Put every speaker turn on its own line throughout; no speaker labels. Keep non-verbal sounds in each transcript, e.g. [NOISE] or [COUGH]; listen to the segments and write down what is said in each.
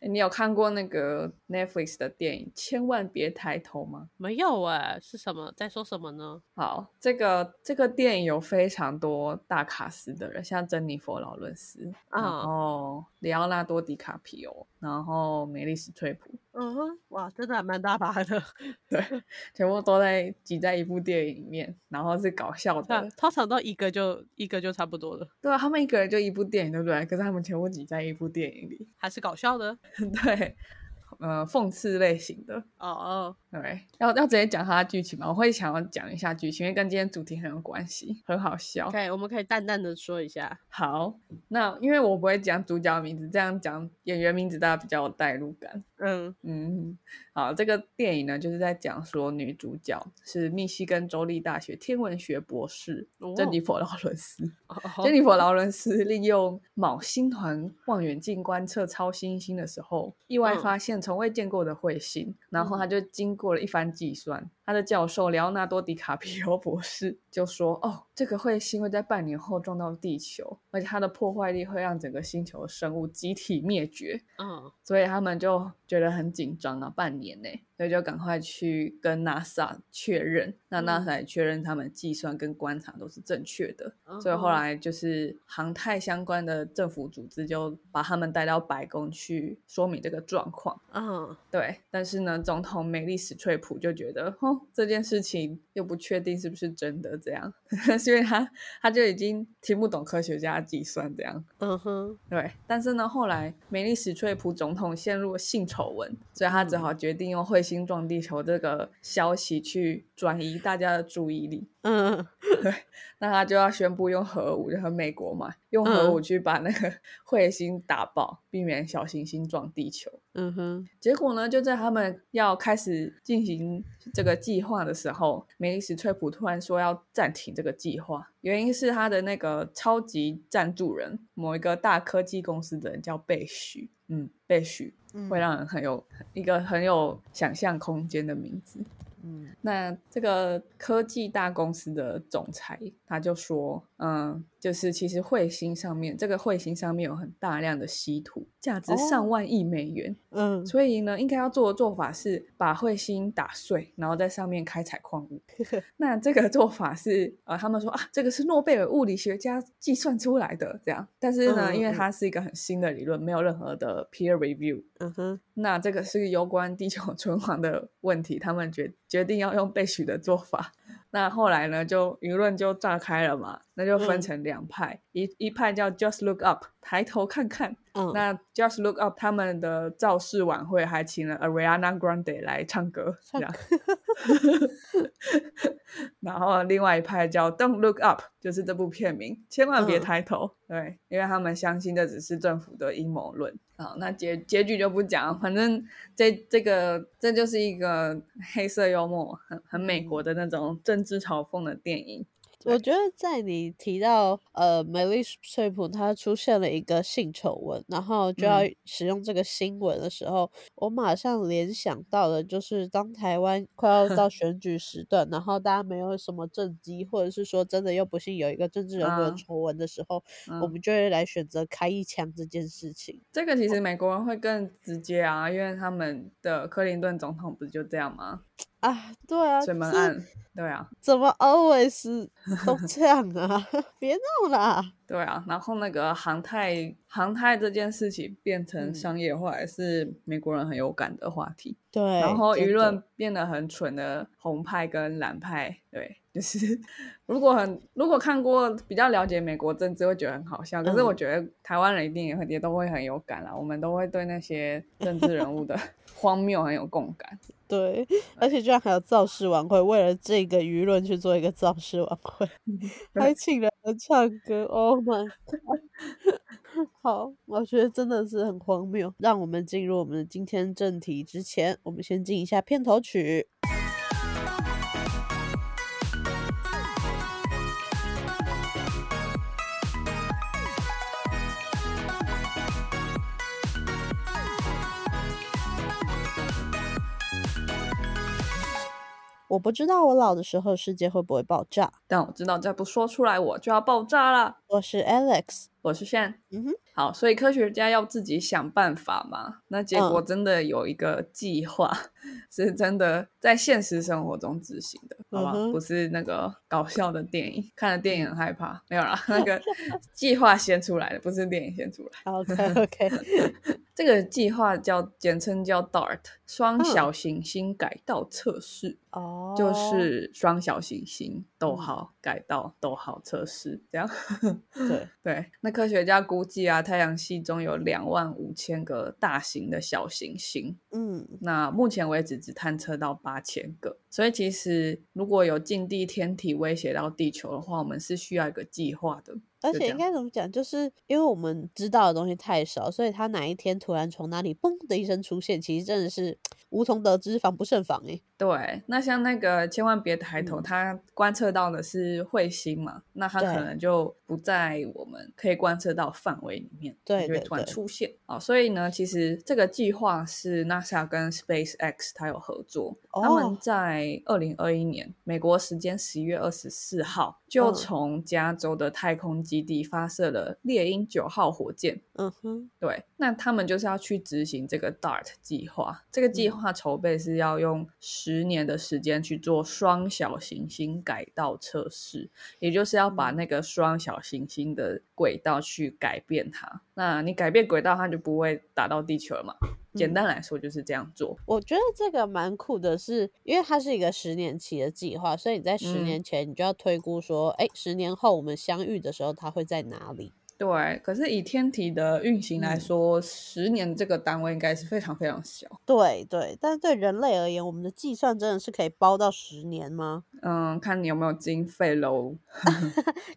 你有看过那个 Netflix 的电影《千万别抬头》吗？
没有哎、是什么？在说什么呢？
好，这个这个电影有非常多大卡司的人，像珍妮佛·劳伦斯，
嗯
然后里奥纳多·迪卡皮欧，然后梅丽史翠普，
嗯哼，哇，真的还蛮大把的。
全部都在挤在一部电影里面，然后是搞笑的，
[LAUGHS] 那通常都一个就一个就差不多了，
对啊，他们一个人就一部电影，对不对？可是他们全部挤在一部电影里， [LAUGHS]
还是搞笑的。
对，呃，讽刺类型的。
哦哦，
对，要要直接讲它的剧情吗？我会想要讲一下剧情，因为跟今天主题很有关系，很好笑。
可以，我们可以淡淡的说一下。
好，那因为我不会讲主角的名字，这样讲演员名字大家比较有代入感。
嗯
嗯，好，这个电影呢，就是在讲说女主角是密西根州立大学天文学博士
哦
珍妮佛·劳伦斯。
哦
珍妮佛·劳伦斯利用昴星团望远镜观测超新星的时候，意外
嗯
发现从未见过的彗星，然后他就经过了一番计算，他的教授莱奥纳多·迪卡皮欧博士就说：“哦，这个彗星会在半年后撞到地球，而且它的破坏力会让整个星球的生物集体灭绝。”
嗯
所以他们就觉得很紧张啊，半年呢，所以就赶快去跟 NASA 确认，那
嗯
NASA 也确认他们计算跟观察都是正确的，
嗯
所以后
哼
来就是航太相关的政府组织就把他们带到白宫去说明这个状况。
嗯，
对，但是呢，总统梅丽史翠普就觉得，哦，这件事情又不确定是不是真的，这样， [LAUGHS] 所以他他就已经听不懂科学家计算这样。
嗯哼，
对，但是呢，后来梅丽史翠普总统陷入性丑闻，所以他
嗯
只好决定用彗星撞地球这个消息去转移大家的注意力。
嗯
那他就要宣布用核武，就和美国嘛，用核武去把那个 [LAUGHS] 彗星打爆，避免小行星撞地球。
嗯哼，
结果呢，就在他们要开始进行这个计划的时候，梅丽史翠普突然说要暂停这个计划，原因是他的那个超级赞助人，某一个大科技公司的人叫贝许，嗯，贝许会让人很有一个很有想象空间的名字。
嗯
那这个科技大公司的总裁他就说，嗯，就是其实彗星上面这个彗星上面有很大量的稀土，价值上
哦
万亿美元，
嗯
所以呢，应该要做的做法是把彗星打碎，然后在上面开采矿
[LAUGHS]
物。那这个做法是，呃，他们说啊，这个是诺贝尔物理学家计算出来的，这样。但是呢，
嗯嗯
因为
嗯
它是一个很新的理论，没有任何的 peer review，
嗯哼，
那这个是有关地球 [LAUGHS] 存亡的问题，他们决决定要用被许的做法。那后来呢，就舆论就炸开了嘛，那就分
嗯
成两派，一一派叫 Just Look Up，抬头看看。
嗯
那 Just Look Up 他们的造势晚会还请了 Ariana Grande 来唱歌，这
唱
样。 [LAUGHS] 然后另外一派叫 Don't Look Up，就是这部片名，千万别
嗯
抬头。对，因为他们相信这只是政府的阴谋论。好，那结结局就不讲了，反正这这个这就是一个黑色幽默，很很美
嗯
国的那种政治嘲讽的电影。
我觉得在你提到呃美丽史翠普她出现了一个性丑闻，然后就要
嗯
使用这个新闻的时候，我马上联想到的就是当台湾快要
[LAUGHS]
到选举时段，然后大家没有什么政绩，或者是说真的又不幸有一个政治人物有
嗯
丑闻的时候，
嗯、
我们就会来选择开一枪这件事情。
这个
哦
其实美国人会更直接啊，因为他们的克林顿总统不是就这样吗？
啊，对啊，
水门
这
案，对啊，
怎么 always
[LAUGHS]
都这样啊？ [LAUGHS] 别闹啦！
对啊。然后那个航太航太这件事情变成
嗯
商业化，也是美国人很有感的话题。
对，
然后
真
舆
的
论变得很蠢的红派跟蓝派，对，就是 [LAUGHS] 如果很如果看过比较了解美国政治，会觉得很好笑。可是我
嗯
觉得台湾人一定也会也都会很有感啦，我们都会对那些政治人物的 [LAUGHS] 荒谬很有共感。
对，而且居然还有造势晚会，为了这个舆论去做一个造势晚会，
嗯对
还请人来唱歌，Oh my god！好，我觉得真的是很荒谬。让我们进入我们今天正题之前，我们先进一下片头曲。我不知道我老的时候世界会不会爆炸。
但我知道再不说出来我就要爆炸了。
我是 Alex，
我是 Shan。
嗯哼，
好，所以科学家要自己想办法嘛。那结果
嗯
真的有一个计划， [LAUGHS] 是真的在现实生活中执行的，好吧？
嗯哼
不是那个搞笑的电影，看了电影很害怕，没有
[LAUGHS]
啦。那个计划先出来的，不是电影先出来。
好，OK OK，
这个计划叫简称叫 DART，双
嗯
小行星改道测试。
哦，
[LAUGHS] 就是双小行星逗
嗯
号改道逗号测试这样。
哦对，
对，那科学家估计啊，太阳系中有两万五千个大型的小行星，
嗯，
那目前为止只探测到八千个。所以其实如果有近地天体威胁到地球的话，我们是需要一个计划的。
而
就
且
这
应
样
该怎么讲，就是因为我们知道的东西太少，所以他哪一天突然从哪里嘣的一声出现，其实真的是无从得知，防不胜防欸诶。
对，那像那个千万别抬头，
嗯
它观测到的是彗星嘛，那它可
对
能就不在我们可以观测到范围里面，它
对
就会
对
突然
对
出现啊、所以呢，其实这个计划是 NASA 跟 SpaceX 它有合作，他们
哦
在二零二一年美国时间十一月二十四号就
嗯
从加州的太空基地发射了猎鹰九号火箭，
嗯哼，
对，那他们就是要去执行这个 DART 计划。这个计
嗯
划筹备是要用十年的时间去做双小行星改道测试，也就是要把
嗯
那个双小行星的轨道去改变它。那你改变轨道，它就不会打到地球了嘛？简
嗯
单来说就是这样做。
我觉得这个蛮酷的是，因为它是一个十年期的计划，所以你在十
嗯
年前你就要推估说，哎、十年后我们相遇的时候，它会在哪里？
对，可是以天体的运行来
嗯
说，十年这个单位应该是非常非常小。
对对，但是对人类而言，我们的计算真的是可以包到十年吗？
嗯，看你有没有经费喽。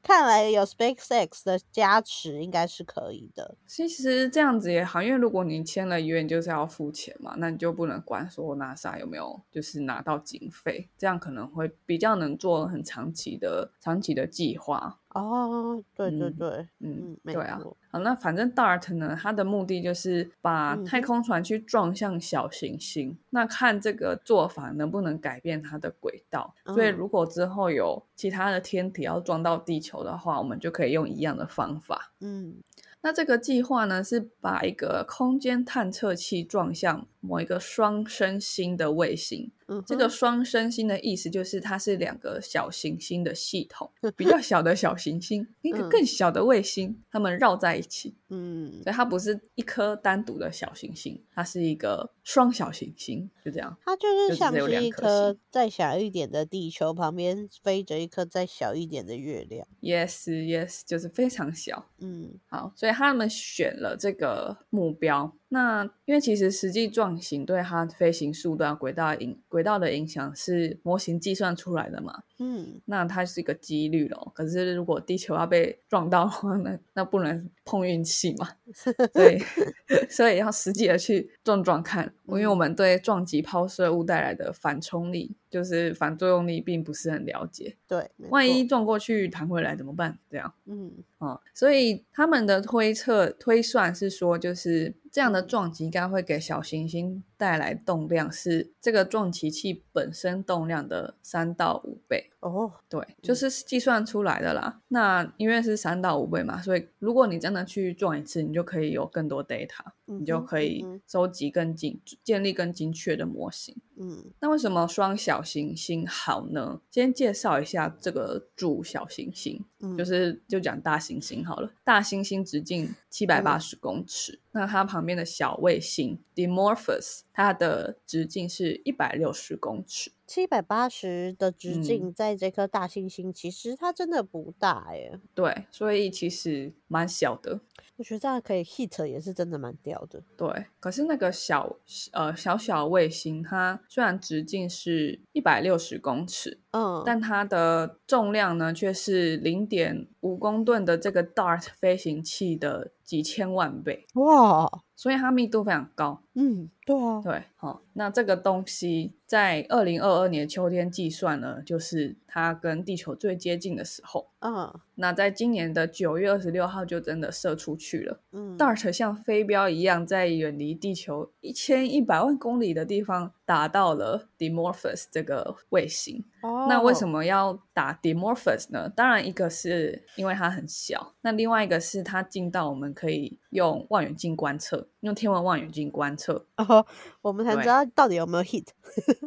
看来有 SpaceX 的加持，应该是可以的。
其实这样子也好，因为如果你签了约，你就是要付钱嘛，那你就不能管说 NASA 有没有就是拿到经费，这样可能会比较能做很长期的长期的计划。
哦，对对
嗯
对，
嗯
嗯，，没
对啊，
错，
好，那反正 DART 呢，它的目的就是把
嗯
太
哼
空船去撞向小行星，那看这个做法能不能改变它的轨道。所以
嗯
如果之后有其他的天体要撞到地球的话，我们就可以用一样的方法。
嗯
那这个计划呢，是把一个空间探测器撞向某一个双生星的卫星。
嗯，
这个双生星的意思就是它是两个小行星的系
[LAUGHS]
统，比较小的小行星，一个
嗯
更小的卫星，它们绕在一起，
嗯，
所以它不是一颗单独的小行星，它是一个双小行星，就这样。
它就
就只
是像
是有
是
两
一
颗
颗
星
再小一点的地球旁边飞着一颗再小一点的月亮。
Yes, yes，就是非常小。
嗯
好，所以他们选了这个目标。那因为其实实际撞行对它飞行速度、啊、轨道影轨道的影响是模型计算出来的嘛？
嗯， [LAUGHS]
那它是一个几率咯。可是如果地球要被撞到的话，那那不能碰运气嘛。所以 [LAUGHS] 所以要实际的去撞撞看，因为我
嗯
们对撞击抛射物带来的反冲力，就是反作用力，并不是很了解。
对，没
万一
错
撞过去弹回来怎么办？这样。
嗯
哦，所以他们的推测推算是说，就是这样的
嗯
撞击应该会给小行星带来动量是这个撞击器本身动量的三到五倍。
哦，
对，就是计算出来的啦。那因为是三到五倍嘛，所以如果你真的去撞一次，你就可以有更多 data，
你
你就
嗯
可以收集更精、建立更精确的模型。
嗯
那为什么双小行星好呢？先介绍一下这个主小行星。
嗯，
就是就讲大猩猩好了，大猩猩直径七百八十公尺，那它旁边的小卫星 Dimorphos，它的直径是一百六十公尺。
七百八十的直
嗯
径，在这颗大猩猩，其实它真的不大耶。
对，所以其实蛮小的。
我觉得这样可以 hit 也是真的蛮屌的。
对，可是那个小呃小小卫星，它虽然直径是一百六十公尺，
嗯，
但它的重量呢却是零点五公吨的这个 DART 飞行器的几千万倍，
哇，
所以它密度非常高。
嗯，对啊，
对，好、那这个东西在二零二二年秋天计算呢，就是它跟地球最接近的时候。
嗯
那在今年的九月二十六号就真的射出去了。
嗯，
DART 像飞镖一样，在远离地球一千一百万公里的地方打到了 Dimorphos 这个卫星。
哦，
那为什么要打 Dimorphos 呢？当然，一个是因为它很小。那另外一个是它近到我们可以用望远镜观测，用天文望远镜观测。
然后哦 [LAUGHS] 我们才知
对
道到底有没有 hit。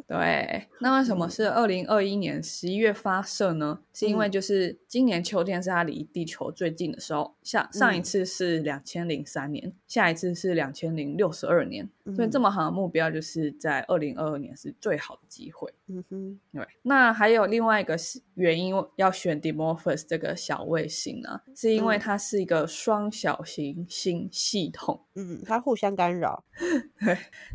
对，那为什么是二零二一年十一月发射呢？是因为
嗯
就是今年秋天是它离地球最近的时候，下上一
嗯
次是两千零三年，下一次是两千零六十二年，所以这
嗯
么好的目标就是在二零二二年是最好的机会。
嗯哼，
对，那还有另外一个是原因要选 Dimorphos 这个小卫星呢，是因为
嗯
它是一个双小行星系统。
嗯，它互相干扰。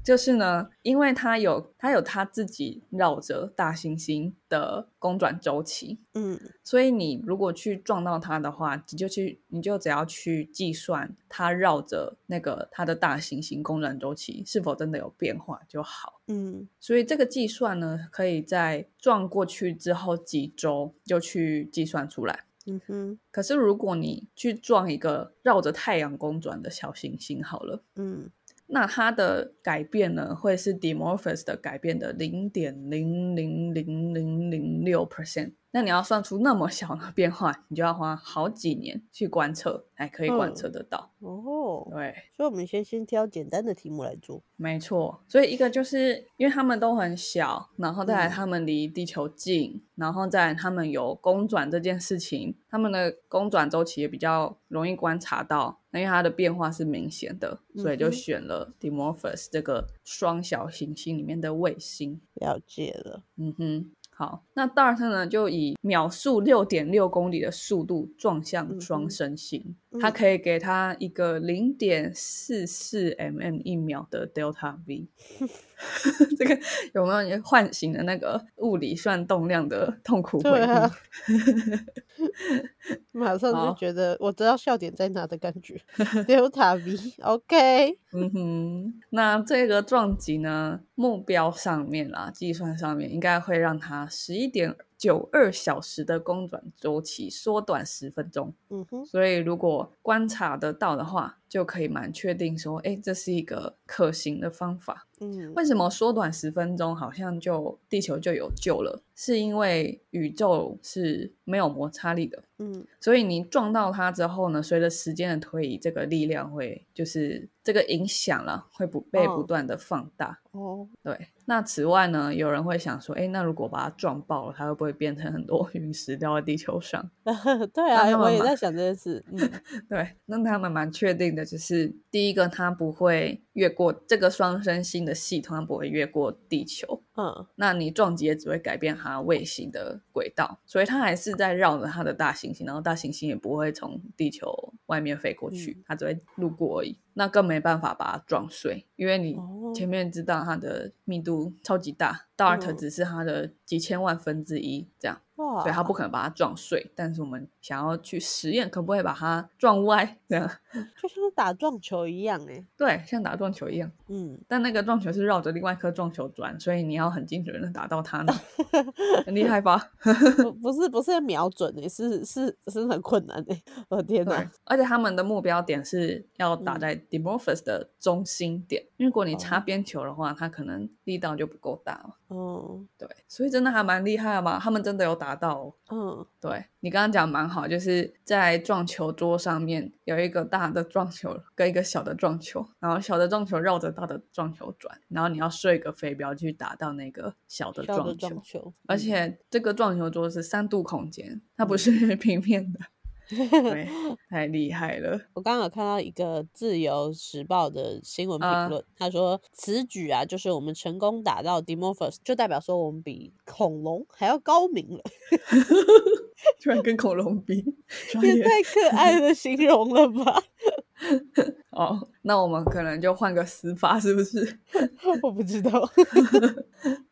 就是呢，因为它有它有它自己绕着大行星的公转周期，
嗯
所以你如果去撞到它的话，你就去你就只要去计算它绕着那个它的大行星公转周期是否真的有变化就好。
嗯
所以这个计算呢，可以在撞过去之后几周就去计算出来。
嗯哼，
可是如果你去撞一个绕着太阳公转的小行星，好了。
嗯
那它的改变呢，会是 Dimorphos 的改变的零点零零零零零六 percent。那你要算出那么小的变化，你就要花好几年去观测，才可以观
嗯
测得到。
哦，
对，
所以我们先先挑简单的题目来做。
没错。所以一个就是因为它们都很小，然后再来
嗯
它们离地球近，然后再来它们有公转这件事情，它们的公转周期也比较容易观察到，那因为它的变化是明显的，所以
嗯
就
哼
选了 Dimorphos 这个双小行星里面的卫星。
了解了。
嗯哼，好，那道尔特呢就以秒速六点六公里的速度撞向
嗯
双
哼
生星，
嗯
它可以给它一个零点四四 mm 一秒的 delta v。这个有没有你唤醒了那个物理算动量的
[LAUGHS]
痛苦回
对
忆？
啊马上
好
就觉得我知道笑点在哪的感
[LAUGHS]
觉。Delta V，OK，、
嗯哼，那这个撞击呢，目标上面啦，计算上面应该会让它十一点九二小时的公转周期缩短十分钟。
嗯哼，
所以如果观察得到的话，就可以蛮确定说，哎，这是一个可行的方法。
嗯
为什么缩短十分钟，好像就地球就有救了？是因为宇宙是没有摩擦力的，
嗯
所以你撞到它之后呢，随着时间的推移，这个力量会就是这个影响了，会不被
哦
不断的放大。 [LAUGHS]
哦，
对，那此外呢，有人会想说，哎，那如果把它撞爆了，它会不会变成很多 [LAUGHS] 陨石掉在地球上？
对
那
啊，
他
我
们
也
嘛
在想这
[LAUGHS]
件事。嗯
对，那他们蛮确定的，就是第一个，它不会越过这个双生星的系统，它不会越过地球。
嗯
那你撞击也只会改变它卫星的轨道，所以它还是在绕着它的大行星，然后大行星也不会从地球外面飞过去，
嗯
它只会路过而已。那更没办法把它撞碎，因为你
哦
前面知道它的密度超级大，道尔特
嗯
只是它的几千万分之一这样。
哇，
所以它不可能把它撞碎。但是我们想要去实验，可不可以把它撞歪？这样 [LAUGHS]
就像是打撞球一样哎、
对，像打撞球一样。 [LAUGHS]
嗯，
但那个撞球是绕着另外一颗撞球转，所以你要很精准的打到它
[LAUGHS]
呢，很厉害吧？
不不是不是瞄准哎、是是是很困难哎、我的 [LAUGHS] 天
对
哪，，
而且他们的目标点是要打
嗯
在 Dimorphos 的中心点，因为如果你擦
哦
边球的话，它可能力道就不够大了。
哦
对，所以真的还蛮厉害的嘛，他们真的有达到、哦。
嗯
对你刚刚讲蛮好，就是在撞球桌上面有一个大的撞球跟一个小的撞球，然后小的撞球绕着大的撞球转，然后你要射一个飞镖去打到那个小的
敲的
撞球。
撞球，
而
嗯
且这个撞球桌是三度空间，它不是 [LAUGHS] 平面的，对，太厉害了。
我刚刚有看到一个《自由时报》的新闻
啊
评论，他说此举啊，就是我们成功打到 Dimorphos，就代表说我们比恐龙还要高明了，
居然跟恐龙比， [LAUGHS] 专
哦也
业
太可爱的形容了 [LAUGHS] 吧？
哦。那我们可能就换个死法，是不是？
我不知 [LAUGHS] 道，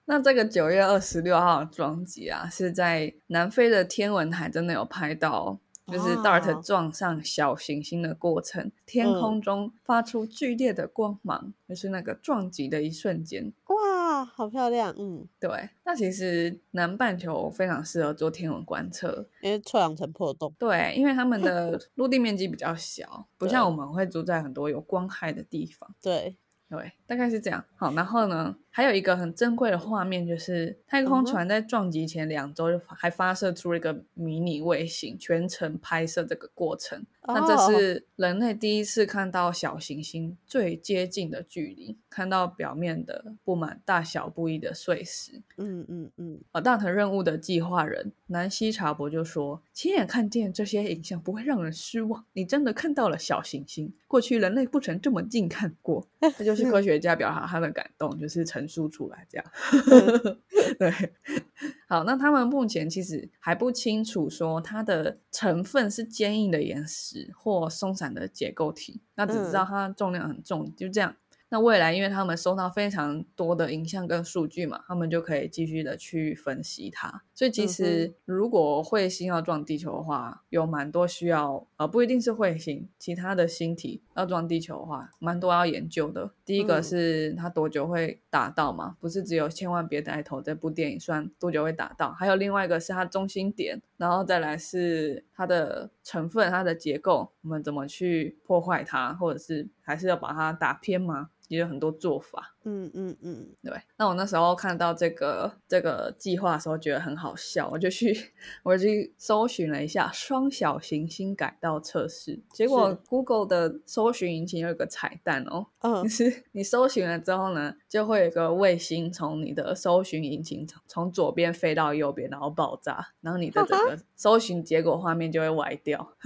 那这个九月二十六号的撞击啊，是在南非的天文台真的有拍到哦、就是
哇
DART 撞上小行星的过程，天空中发出剧烈的光芒，就是那个撞击的一瞬间。
哇，好漂亮，嗯，
对，那其实南半球非常适合做天文观测，
因为臭氧层破洞，
对，因为他们的 [LAUGHS] 陆地面积比较小，不像我
对
们会住在很多有光害的地方。
对，
对，大概是这样。好，然后呢，还有一个很珍贵的画面，就是太
嗯
空
哼
船在撞击前两周就发还发射出了一个迷你卫星，全程拍摄这个过程。那这
哦
是人类第一次看到小行星最接近的距离，看到表面的布满大小不一的碎石。
嗯嗯嗯，
呃，大腾任务的计划人南希·查伯就说：“亲眼看见这些影像不会让人失望，你真的看到了小行星。过去人类不曾这么近看过。”这就是科学家表达他的感动，就是陈述出来这样。 [LAUGHS] 对，好，那他们目前其实还不清楚说它的成分是坚硬的岩石或松散的结构体，那只知道它重量很重，就这样。那未来，因为他们收到非常多的影像跟数据嘛，他们就可以继续的去分析它。所以，其
嗯
实如果彗星要撞地球的话，有蛮多需要呃，不一定是彗星，其他的星体要撞地球的话，蛮多要研究的。第一个
嗯
是它多久会打到嘛，不是只有千万别抬头这部电影算多久会打到，还有另外一个是它中心点，然后再来是它的成分、它的结构，我们怎么去破坏它，或者是还是要把它打偏吗？也有很多做法。
嗯嗯嗯，
对，那我那时候看到这个这个计划的时候，觉得很好笑，我就去我就去搜寻了一下双小行星改道测试，结果
是
Google 的搜寻引擎有一个彩蛋哦，就
嗯
是 [LAUGHS] 你搜寻了之后呢，就会有一个卫星从你的搜寻引擎从从左边飞到右边，然后爆炸，然后你的整个搜寻结果画面就会歪掉。 [LAUGHS]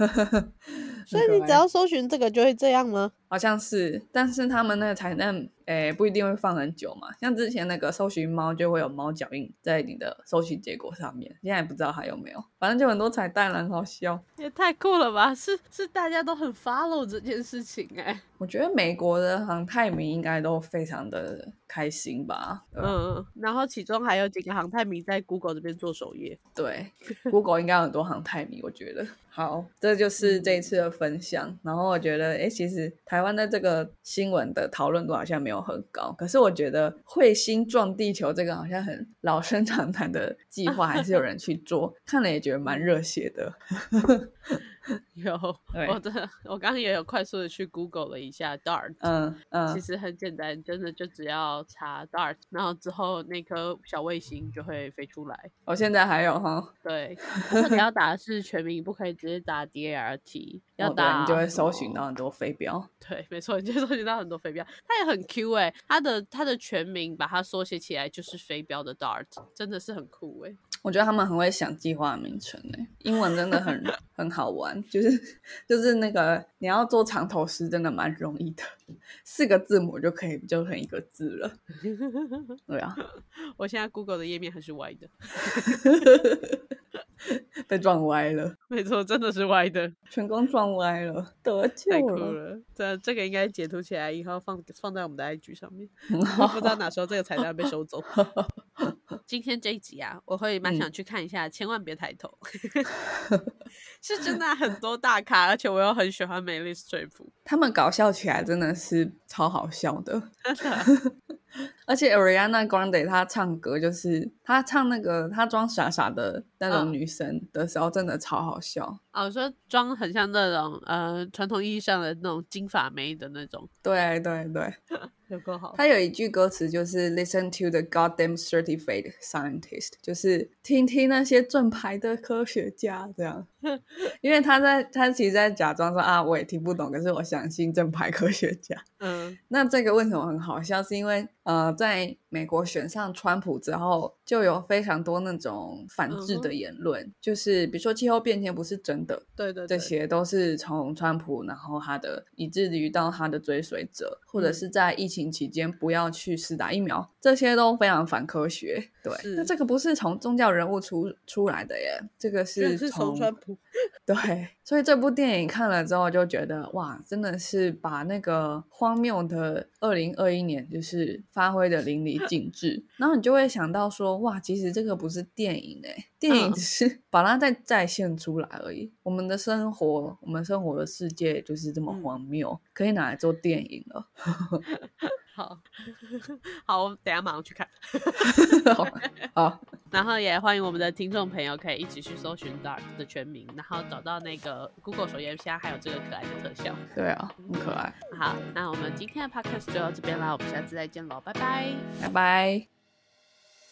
所
很
以
可
你只
爱
要搜寻这个就会这样吗？
好像是，但是他们那个彩蛋，诶、不一定会放很久嘛。像之前那个搜寻猫就会有猫脚印在你的搜寻结果上面，现在也不知道还有没有，反正就很多彩蛋了，很好笑。
也太酷了吧！是是，大家都很 follow 这件事情哎、
我觉得美国的航太迷应该都非常的开心吧。呃对吧
嗯，嗯然后其中还有几个航太迷在 Google 这边做首页。
对，Google 应该有很多航太迷，我觉得。好，这就是这一
嗯
次的分享。然后我觉得，哎，其实台湾的这个新闻的讨论度好像没有很高，可是我觉得彗星撞地球这个好像很老生常谈的计划，还是有人去做，看了也觉得蛮热血的。
有，
对
我真的，我刚刚也有快速的去 Google 了一下 Dart，、
嗯
其
嗯，
实很简单，真的就只要查 Dart，然后之后那颗小卫星就会飞出来。
我现在还有哈，
对，但是你要打的是全名，不可以直接打 DART，要
哦对
打、
你就会搜寻到。很多飞镖。
对，没错，你就会搜寻到很多飞镖，它也很 Q 哎、它的它的全名把它缩写起来就是飞镖的 Dart，真的是很酷哎、
我觉得他们很会想计划名称诶，英文真的
[LAUGHS]
很很好玩，就是就是那个你要做长头诗真的蛮容易的，四个字母就可以就成一个字了。对啊，
我现在 Google 的页面还是歪的，
被撞歪了，
没错，真的是歪的。
成功撞歪了，得救
太酷
了。
了！这这个应该截图起来，以后放放在我们的 IG 上 [LAUGHS] 面。
很
我
好
不知道哪时候这个彩蛋被收 [LAUGHS] 走。今天这一集啊，我会蛮想去看一下，千万别抬 [LAUGHS] 头。是真的啊很多大咖，而且我又很喜欢美丽水普。
他们搞笑起来真的是超好笑的， [LAUGHS] 而且 Ariana Grande 她唱歌就是她唱那个她装傻傻的那种
嗯
女生的时候，真的超好笑。
啊，我说妆很像那种呃传统意义上的那种金发妹的那种，
对对对，
有够好。
他有一句歌词就是 “Listen to the goddamn certified scientist”，就是听听那些正牌的科学家这
[LAUGHS]
样。因为他在他其实在假装说啊，我也听不懂，可是我相信正牌科学家。 [LAUGHS]
嗯
那这个为什么很好笑？是因为呃，在美国选上川普之后，就有非常多那种反制
嗯
的
哼
言论，就是比如说气候变迁不是真的，
对对
这
对，
些都是从川普，然后他的以至于到他的追随者，或者
嗯
是在疫情期间不要去施打疫苗，这些都非常反科学。对，
是
那这个不是从宗教人物出出来的耶，这个
居然
是
是从
从
川普。
对， [LAUGHS] 所以这部电影看了之后就觉得哇，真的是把那个荒谬的二零二一年就是发挥的淋漓尽致，然后你就会想到说哇，其实这个不是电影哎、电影
嗯
只是 [LAUGHS] 把它再再现出来而已。我们的生活，我们生活的世界就是这么
嗯
荒谬，可以拿来做电影了。
[LAUGHS] 好好，我等一下马上去看。
好，好 [LAUGHS]
然后也欢迎我们的听众朋友可以一起去搜寻 Dark 的全名，然后找到那个 Google 首页下还有这个可爱的特效。
对啊，很可爱。
好，那我们今天的 podcast 就到这边啦，我们下次再见喽，拜拜。
拜拜。